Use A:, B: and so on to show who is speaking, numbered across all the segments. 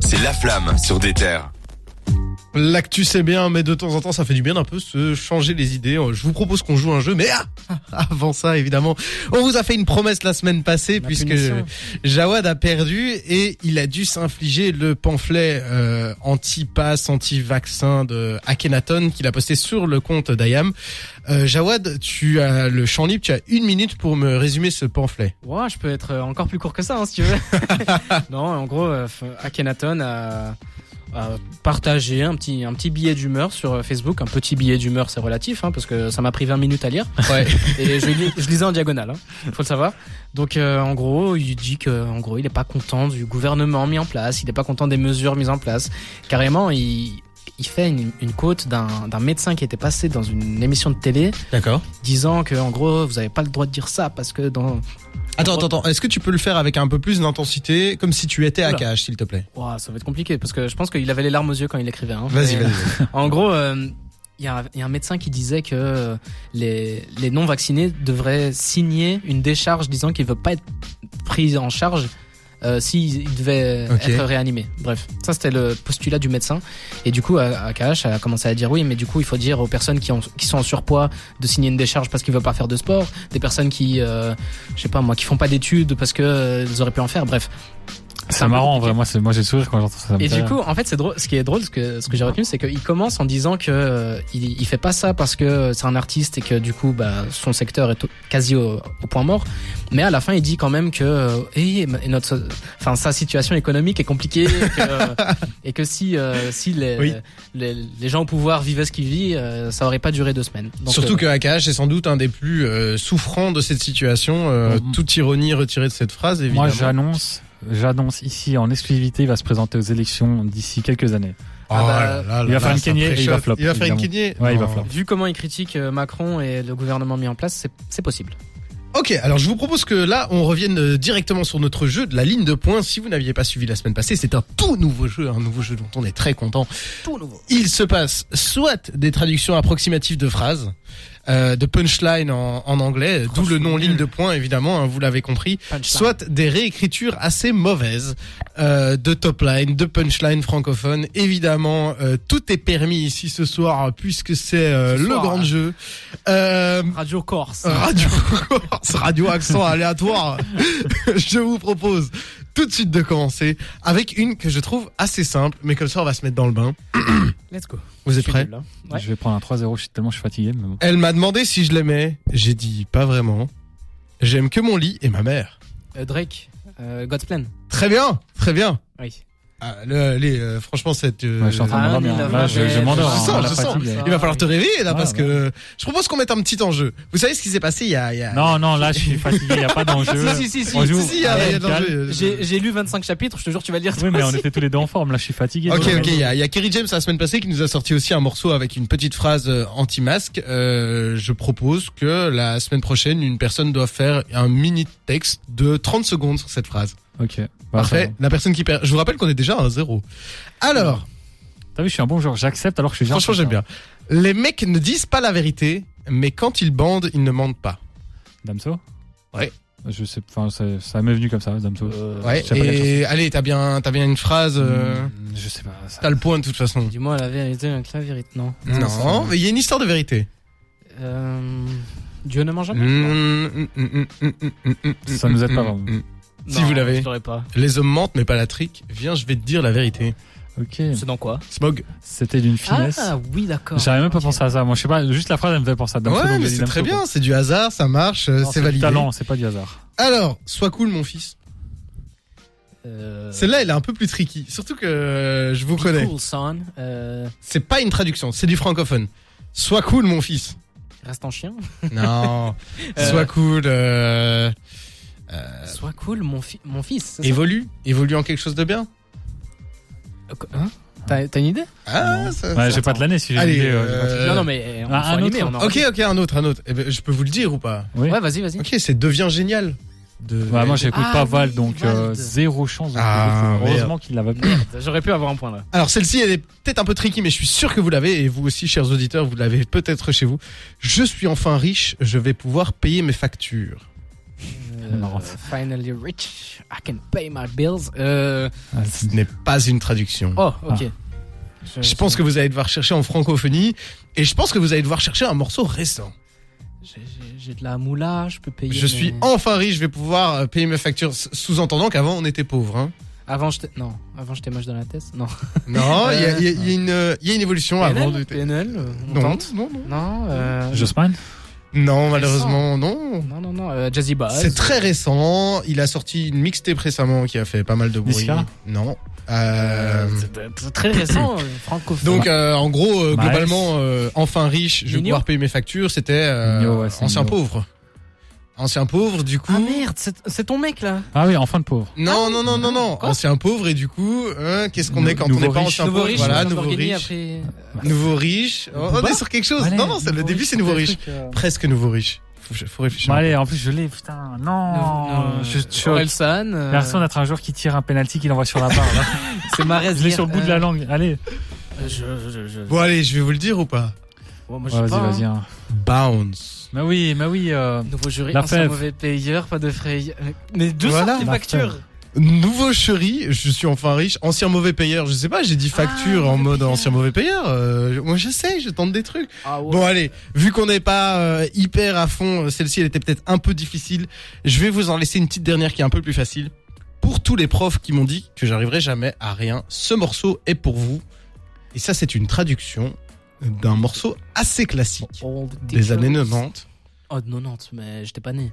A: c'est La Flamme sur des terres.
B: L'actu c'est bien, mais de temps en temps ça fait du bien d'un peu se changer les idées. Euh, Je vous propose qu'on joue un jeu, mais ah, avant ça évidemment, on vous a fait une promesse la semaine passée
C: La
B: puisque
C: punition.
B: Jawad a perdu et il a dû s'infliger le pamphlet euh, anti-pass, anti-vaccin de Akhenaton qu'il a posté sur le compte d'Ayam. Euh, Jawad, tu as le champ libre, tu as une minute pour me résumer ce pamphlet.
C: Ouah, je peux être euh, encore plus court que ça, hein, si tu veux. non, en gros, euh, f- Akhenaton a, a partagé un petit, un petit billet d'humeur sur euh, Facebook. Un petit billet d'humeur, c'est relatif, hein, parce que ça m'a pris 20 minutes à lire.
B: Ouais.
C: Et je, lis- je lisais en diagonale, hein, faut le savoir. Donc, euh, en gros, il dit que, en gros, il est pas content du gouvernement mis en place, il est pas content des mesures mises en place. Carrément, il, il fait une, une quote d'un d'un médecin qui était passé dans une émission de télé
B: D'accord.
C: disant que, en gros, vous avez pas le droit de dire ça parce que dans,
B: Attends, attends, attends. Est-ce que tu peux le faire avec un peu plus d'intensité, comme si tu étais à
C: Oula.
B: cage, s'il te plaît
C: Ouah, ça va être compliqué parce que je pense qu'il avait les larmes aux yeux quand il écrivait. hein.
B: Vas-y,
C: Mais,
B: vas-y.
C: En gros, euh, il y, a un- il y a un médecin qui disait que euh, les, les non vaccinés devraient signer une décharge disant qu'ils ne veulent pas être pris en charge. euh, s'ils ils devaient
B: Ok.
C: être réanimés. Bref, ça c'était le postulat du médecin. Et du coup, AKH a commencé à dire oui, mais du coup, il faut dire aux personnes qui, ont, qui sont en surpoids de signer une décharge parce qu'ils veulent pas faire de sport, des personnes qui, euh, je sais pas moi, qui font pas d'études parce que euh, ils auraient pu en faire. Bref,
D: C'est marrant en vrai, moi, c'est- moi j'ai le sourire quand j'entends ça. ça me
C: et
D: fait
C: du
D: rire.
C: coup, en fait, c'est drôle. Ce qui est drôle, ce que, ce que j'ai retenu, c'est qu'il commence en disant que euh, il, il fait pas ça parce que euh, c'est un artiste et que du coup, bah, son secteur est au- quasi au, au point mort. Mais à la fin, il dit quand même que euh, eh, et notre, so- enfin, sa situation économique est compliquée et que, et que si euh, si les,
B: Oui.
C: les, les gens au pouvoir vivaient ce qu'ils vivent, euh, ça aurait pas duré deux semaines. Donc,
B: Surtout
C: euh,
B: que AKH est sans doute un des plus euh, souffrants de cette situation. euh,
D: Mm.
B: toute ironie retirée de cette phrase, évidemment.
D: Moi j'annonce, j'annonce ici en exclusivité, il va se présenter aux élections d'ici quelques années.
C: Ah
B: Oh
C: bah,
B: là là
D: il va
B: là
D: faire
B: là,
D: une
B: ça
D: Kenyé et il
B: préchote.
D: va flop,
B: Il va faire une
D: évidemment.
B: Kenyé
D: Ouais, il va
B: Non.
D: flop.
C: Vu comment il critique euh, Macron et le gouvernement mis en place, c'est- c'est possible.
B: Ok, alors je vous propose que là, on revienne euh, directement sur notre jeu de la ligne de points. Si vous n'aviez pas suivi la semaine passée, c'est un tout nouveau jeu, un nouveau jeu dont on est très content.
C: Tout nouveau.
B: Il se passe soit des traductions approximatives de phrases, euh, de punchline en, en anglais, d'où le nom ligne de points, évidemment, hein, vous l'avez compris,
C: Punchline.
B: soit des réécritures assez mauvaises euh, de top line, de punchline francophone. Évidemment, euh, tout est permis ici ce soir puisque c'est euh,
C: Ce
B: le
C: soir,
B: grand
C: hein.
B: jeu. Euh,
C: Radio Corse.
B: Radio Corse, radio accent aléatoire. je vous propose tout de suite de commencer avec une que je trouve assez simple, mais comme ça on va se mettre dans le bain.
C: Let's go.
B: Vous
C: Je
B: êtes
C: suis
B: prêts
C: nul, hein. Ouais.
D: Je vais prendre un 3-0, je suis tellement je suis fatigué. Mais bon.
B: Elle m'a demandé si je l'aimais. J'ai dit pas vraiment. J'aime que mon lit et ma mère.
C: Euh, Drake, euh, God's Plan.
B: Très bien, très bien.
C: Oui.
B: Ah, le- allez, euh, franchement, cette. euh,
D: Ouais, je suis en train de
C: Ah,
D: m'endormir.
C: il
D: hein.
C: l'a
D: Là, je,
C: fait.
D: je m'endors.
B: Je
D: hein,
B: sens,
D: la
B: je sens.
D: fatigue.
C: Ça.
B: Il va falloir te réveiller là
D: Ouais,
B: parce
D: Ah, bah ouais.
B: que je propose qu'on mette un petit enjeu. Vous savez ce qui s'est passé il y a. il y a-
D: Non, non, là je suis fatigué, il n'y a pas d'enjeu.
C: Ah, Si, si, si, si.
D: On
B: Si,
D: joue.
B: si, il y a, il y a de
D: calme.
B: l'enjeu.
C: J'ai j'ai lu 25 chapitres, je te jure, tu vas le lire.
D: Oui,
C: toi
D: mais on
C: aussi.
D: était tous les deux en forme, là je suis fatigué.
B: Ok,
D: donc-
B: ok, il y a, il y a Kerry James la semaine passée qui nous a sorti aussi un morceau avec une petite phrase euh, anti-masque. Euh, je propose que la semaine prochaine, une personne doit faire un mini texte de 30 secondes sur cette phrase.
D: Ok. Bah, ça
B: Parfait.
D: va.
B: La personne qui perd. Je vous rappelle qu'on est déjà à un zéro. Alors,
D: T'as vu, je suis un bon joueur, j'accepte alors que je suis
B: franchement, j'aime bien. Les mecs ne disent pas la vérité, mais quand ils bandent, ils ne mentent pas.
D: Damso
B: Ouais. Euh,
D: Je sais, enfin, ça, ça m'est venu comme Euh, ça, Damso.
B: Ouais.
D: je sais pas quelle
B: Et allez, t'as bien, t'as bien une phrase. euh,
D: Hmm, Je sais pas. ça-
B: T'as le point de toute façon.
C: Dis-moi la vérité avec la vérité, non.
B: Non, mais il y a une histoire de vérité.
C: Euh, Dieu ne mange jamais. non.
B: Hmm,
D: Ça
B: Ça hmm,
D: nous aide pas vraiment.
B: si
C: Non,
B: vous l'avez.
C: Je l'aurais pas.
B: hmm. Les hommes mentent, mais pas la trique. Viens, je vais te dire la vérité.
D: Ok.
C: C'est dans quoi
B: Smog.
D: C'était d'une finesse.
C: Ah oui, d'accord.
D: J'avais même pas
C: Ok.
D: pensé à ça. Moi, je sais pas, juste la phrase, elle me fait penser à Damso.
B: ouais,
D: donc
B: mais
D: j'ai dit
B: c'est très
D: Damso,
B: bien.
D: quoi.
B: C'est du hasard, ça marche, euh,
D: Non,
B: c'est
D: du
B: validé.
D: talent, c'est pas du hasard.
B: Alors, sois cool, mon fils.
C: Euh,
B: Celle-là, elle est un peu plus tricky. Surtout que euh, je vous
C: Be
B: connais.
C: Cool, son. Euh,
B: C'est pas une traduction, c'est du francophone. Sois cool, mon fils.
C: reste en chien.
B: Non.
C: Euh,
B: sois cool. euh, euh,
C: Sois cool, mon, fi- mon fils. c'est ça
B: évolue. Évolue en quelque chose de bien.
C: Euh, quoi- hein T'as t'as une idée
B: Ah, ça,
D: Ouais,
B: ça-
D: j'ai pas de l'année si j'ai
B: Allez,
D: l'idée. euh, j'ai pas de-
B: euh,
C: Non, non, mais euh, on
D: un-
C: faut
D: un
C: animer,
D: autre.
C: on en
B: Ok, ok, un autre, un autre. Eh ben, je peux vous le dire ou pas
D: Oui.
C: Ouais, vas-y, vas-y.
B: Ok, c'est devient génial. De...
D: Ouais, Bah, moi, j'écoute
C: Ah
D: pas Val,
C: oui,
D: donc euh,
C: Vald.
D: zéro chance. de
B: Ah,
D: trouver. Heureusement qu'il l'avait bien.
C: Merde, J'aurais pu avoir un point là.
B: Alors celle-ci, elle est peut-être un peu tricky, mais je suis sûr que vous l'avez, et vous aussi, chers auditeurs, vous l'avez peut-être chez vous. Je suis enfin riche, je vais pouvoir payer mes factures.
C: Euh, euh,
D: Marrant.
C: Finally rich, I can pay my bills. Euh,
D: Ah,
B: Ce n'est pas une traduction.
C: oh, ok.
B: Je pense que vous allez devoir chercher en francophonie et je pense que vous allez devoir chercher un morceau récent.
C: j'ai- j'ai- j'ai de la moula, je peux payer.
B: Je suis
C: mes-
B: enfin riche, je vais pouvoir euh, payer mes factures, s- sous-entendant qu'avant on était pauvre. Hein.
C: Avant j'étais non, avant j'étais moche dans la tête. Non.
B: Non, il y a- il y, a- il y a une, euh, il y a une évolution avant. De...
C: PNL, euh, on
B: Non,
C: tente.
B: non, non.
C: Non, euh,
D: Jospin
B: Non, malheureusement, non.
C: non, non, non. euh, Jazzy Bass.
B: C'est très récent. Il a sorti une mixtape récemment qui a fait pas mal de bruit.
D: Niska
B: Non. Euh,
C: C'est- c'est très récent, euh, francophone.
B: Donc euh, en gros, euh,
D: Miles.
B: globalement, euh, enfin riche, je vais
C: Nino.
B: pouvoir payer mes factures. C'était euh,
D: Nino, ouais, c'est
B: ancien
D: Nino.
B: pauvre. Ancien pauvre, du coup.
C: ah merde, c'est c'est ton mec là.
D: Ah oui, enfin de pauvre.
B: Non,
C: Ah,
B: non, non, non, non.
C: Quoi
B: Ancien pauvre et du coup, hein, qu'est-ce qu'on
D: Nou-
B: est quand on
D: nouveau
B: n'est pas
D: riche.
B: ancien
C: nouveau
B: pauvre
C: riche,
B: Voilà, nouveau
C: Lamborghini,
B: riche.
C: après- euh,
B: Nouveau riche. Oh, on
D: Booba
B: est sur quelque chose.
D: Allez,
B: non, non, c'est le
D: nouveau
B: début,
D: riche,
B: c'est nouveau
D: c'est un
B: riche.
D: truc, euh,
B: Presque nouveau riche. Faut, faut réfléchir.
D: Bon, Bah, allez, en plus je l'ai, putain. Non, Oh. je suis
C: Orelsan, euh,
D: J'ai l'impression d'être un joueur qui tire un penalty qu'il envoie sur la barre. là.
C: c'est Marez.
D: je l'ai sur le bout de la langue. Allez.
C: Je, je, je-
B: Bon, allez, je vais vous le dire ou pas
C: Ouais, moi, je sais
D: Ouais, vas-y,
C: pas, hein.
D: vas-y. hein.
B: Bounce.
D: Mais oui, mais oui. euh,
C: Nouveau jury,
D: La
C: ancien
D: fève.
C: mauvais payeur, pas de frais. Euh, Mais d'où
B: Voilà.
C: sortent les
D: La
C: factures
B: Nouveau chéri, je suis enfin riche. Ancien mauvais payeur, je sais pas, j'ai dit facture
C: Ah,
B: en
C: mauvais
B: mode
C: payeur.
B: ancien mauvais payeur. Euh, moi, j'essaie, je tente des trucs.
C: Ah ouais.
B: Bon, allez, vu qu'on n'est pas euh, hyper à fond, euh, celle-ci, elle était peut-être un peu difficile. Je vais vous en laisser une petite dernière qui est un peu plus facile. Pour tous les profs qui m'ont dit que j'arriverai jamais à rien, ce morceau est pour vous. Et ça, c'est une traduction d'un morceau assez classique
C: Old
B: des
C: teachers.
B: années 90.
C: Oh, de 90, mais j'étais pas né.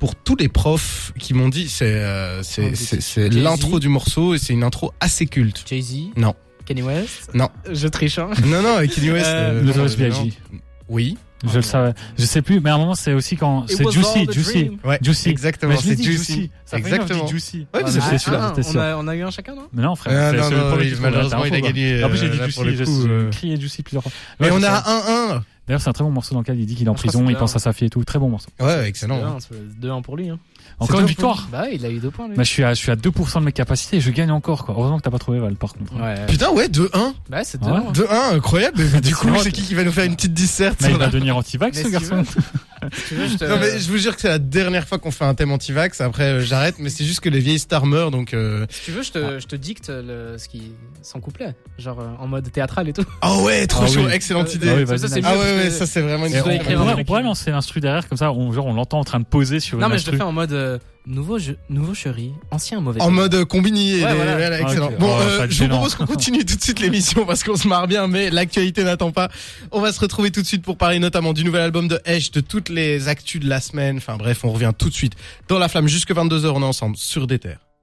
B: pour tous les profs qui m'ont dit, c'est euh,
C: Oh,
B: c'est
C: mais
B: c'est-
C: c'est-
B: c'est
C: Jay-Z.
B: l'intro du morceau et c'est une intro assez culte.
C: Jay-Z
B: Non.
C: Kanye West
B: Non.
C: Je triche, hein.
B: Non non, avec Kanye West.
C: Euh,
B: euh,
D: Notorious
B: non, euh,
D: B.I.G..
B: non. Oui,
D: Je le savais. Je sais plus, mais à un moment c'est aussi quand
C: It
D: c'est
C: was all
D: Juicy,
C: the
D: Juicy.
C: dream.
B: ouais,
D: Juicy.
B: exactement.
D: Mais je l'ai
B: C'est
D: dit,
B: juicy.
D: Ça fait une heure que je dis
B: Exactement.
D: Juicy.
B: Ouais, mais c'est
D: Ah,
B: celui-là,
D: ah,
C: on,
D: c'était sûr.
C: a, on a eu un chacun, non
D: Mais non,
B: Ah,
D: frère, c'est-
B: non,
D: c'est
B: non,
D: le premier
B: oui,
D: qui se
B: malheureusement,
D: trompe,
B: il a
D: t'as un
B: gagné,
D: faux, quoi. En plus, j'ai dit
B: euh, là, pour
D: Juicy,
B: le
D: j'ai
B: coup, euh.
D: crié Juicy plusieurs fois.
B: Mais
D: Ouais,
B: on
D: je
B: a
D: sais.
B: un
D: D'ailleurs, c'est un très bon morceau dans lequel il dit qu'il est en
C: Je crois que
D: prison,
C: Ah, c'est
D: il pense
C: bien.
D: à sa fille et tout. Très bon morceau.
B: 1. Ouais, excellent.
C: 2-1 pour lui. Hein.
D: Encore
B: deux
D: une
B: points.
D: victoire.
C: Bah, il a eu 2 points, lui.
D: Bah, je suis à, je suis à 2% de mes capacités et je gagne encore, quoi. Heureusement que t'as pas trouvé Val, par contre.
C: Ouais.
B: Putain, ouais, 2-1.
C: Bah, c'est
D: Ouais.
C: 2-1.
B: 2-1, incroyable. Mais du coup,
D: C'est
B: c'est qui qui va nous faire une petite disserte
D: Mais il
B: sur la-
D: va devenir anti-vax,
C: Mais
D: ce
C: si
D: garçon.
C: Si tu veux, je te-
B: Non mais je vous jure que c'est la dernière fois qu'on fait un thème anti-vax. Après, euh, j'arrête. Mais c'est juste que les vieilles stars meurent, donc. euh,
C: Si tu veux, je te, je te dicte le, ce qui, son couplet, genre euh, en mode théâtral et tout.
B: Oh ouais, trop
D: Ah
B: chaud,
D: oui.
B: excellente
C: Euh,
B: idée.
D: Ah oui,
C: comme
D: vas-y,
C: ça, c'est
D: vas-y.
C: mieux
B: Ah ouais,
C: parce
B: ouais,
C: que-
B: ça c'est vraiment une.
D: Et
C: Tu
D: on,
C: dois
B: super
C: écrire
D: on
B: idée.
C: un
D: pourrait-
C: truc.
D: on pourrait lancer l'instru derrière, comme ça, on, genre, on l'entend en train de poser sur une
C: Non, mais je
D: instru.
C: le fais en mode euh, nouveau, jeu, nouveau chéri, ancien mauvais.
B: En mode euh, combiné, et
C: Ouais,
B: les-
C: voilà.
B: voilà, excellent.
D: Ah, ok.
B: Bon,
D: Oh,
B: euh,
D: ça va être
B: je vous
D: gênant.
B: propose qu'on continue tout de suite l'émission parce qu'on se marre bien, mais l'actualité n'attend pas. On va se retrouver tout de suite pour parler notamment du nouvel album de Hesh, de toutes les actus de la semaine. Enfin bref, on revient tout de suite dans la flamme jusque 22h, on est ensemble sur des terres.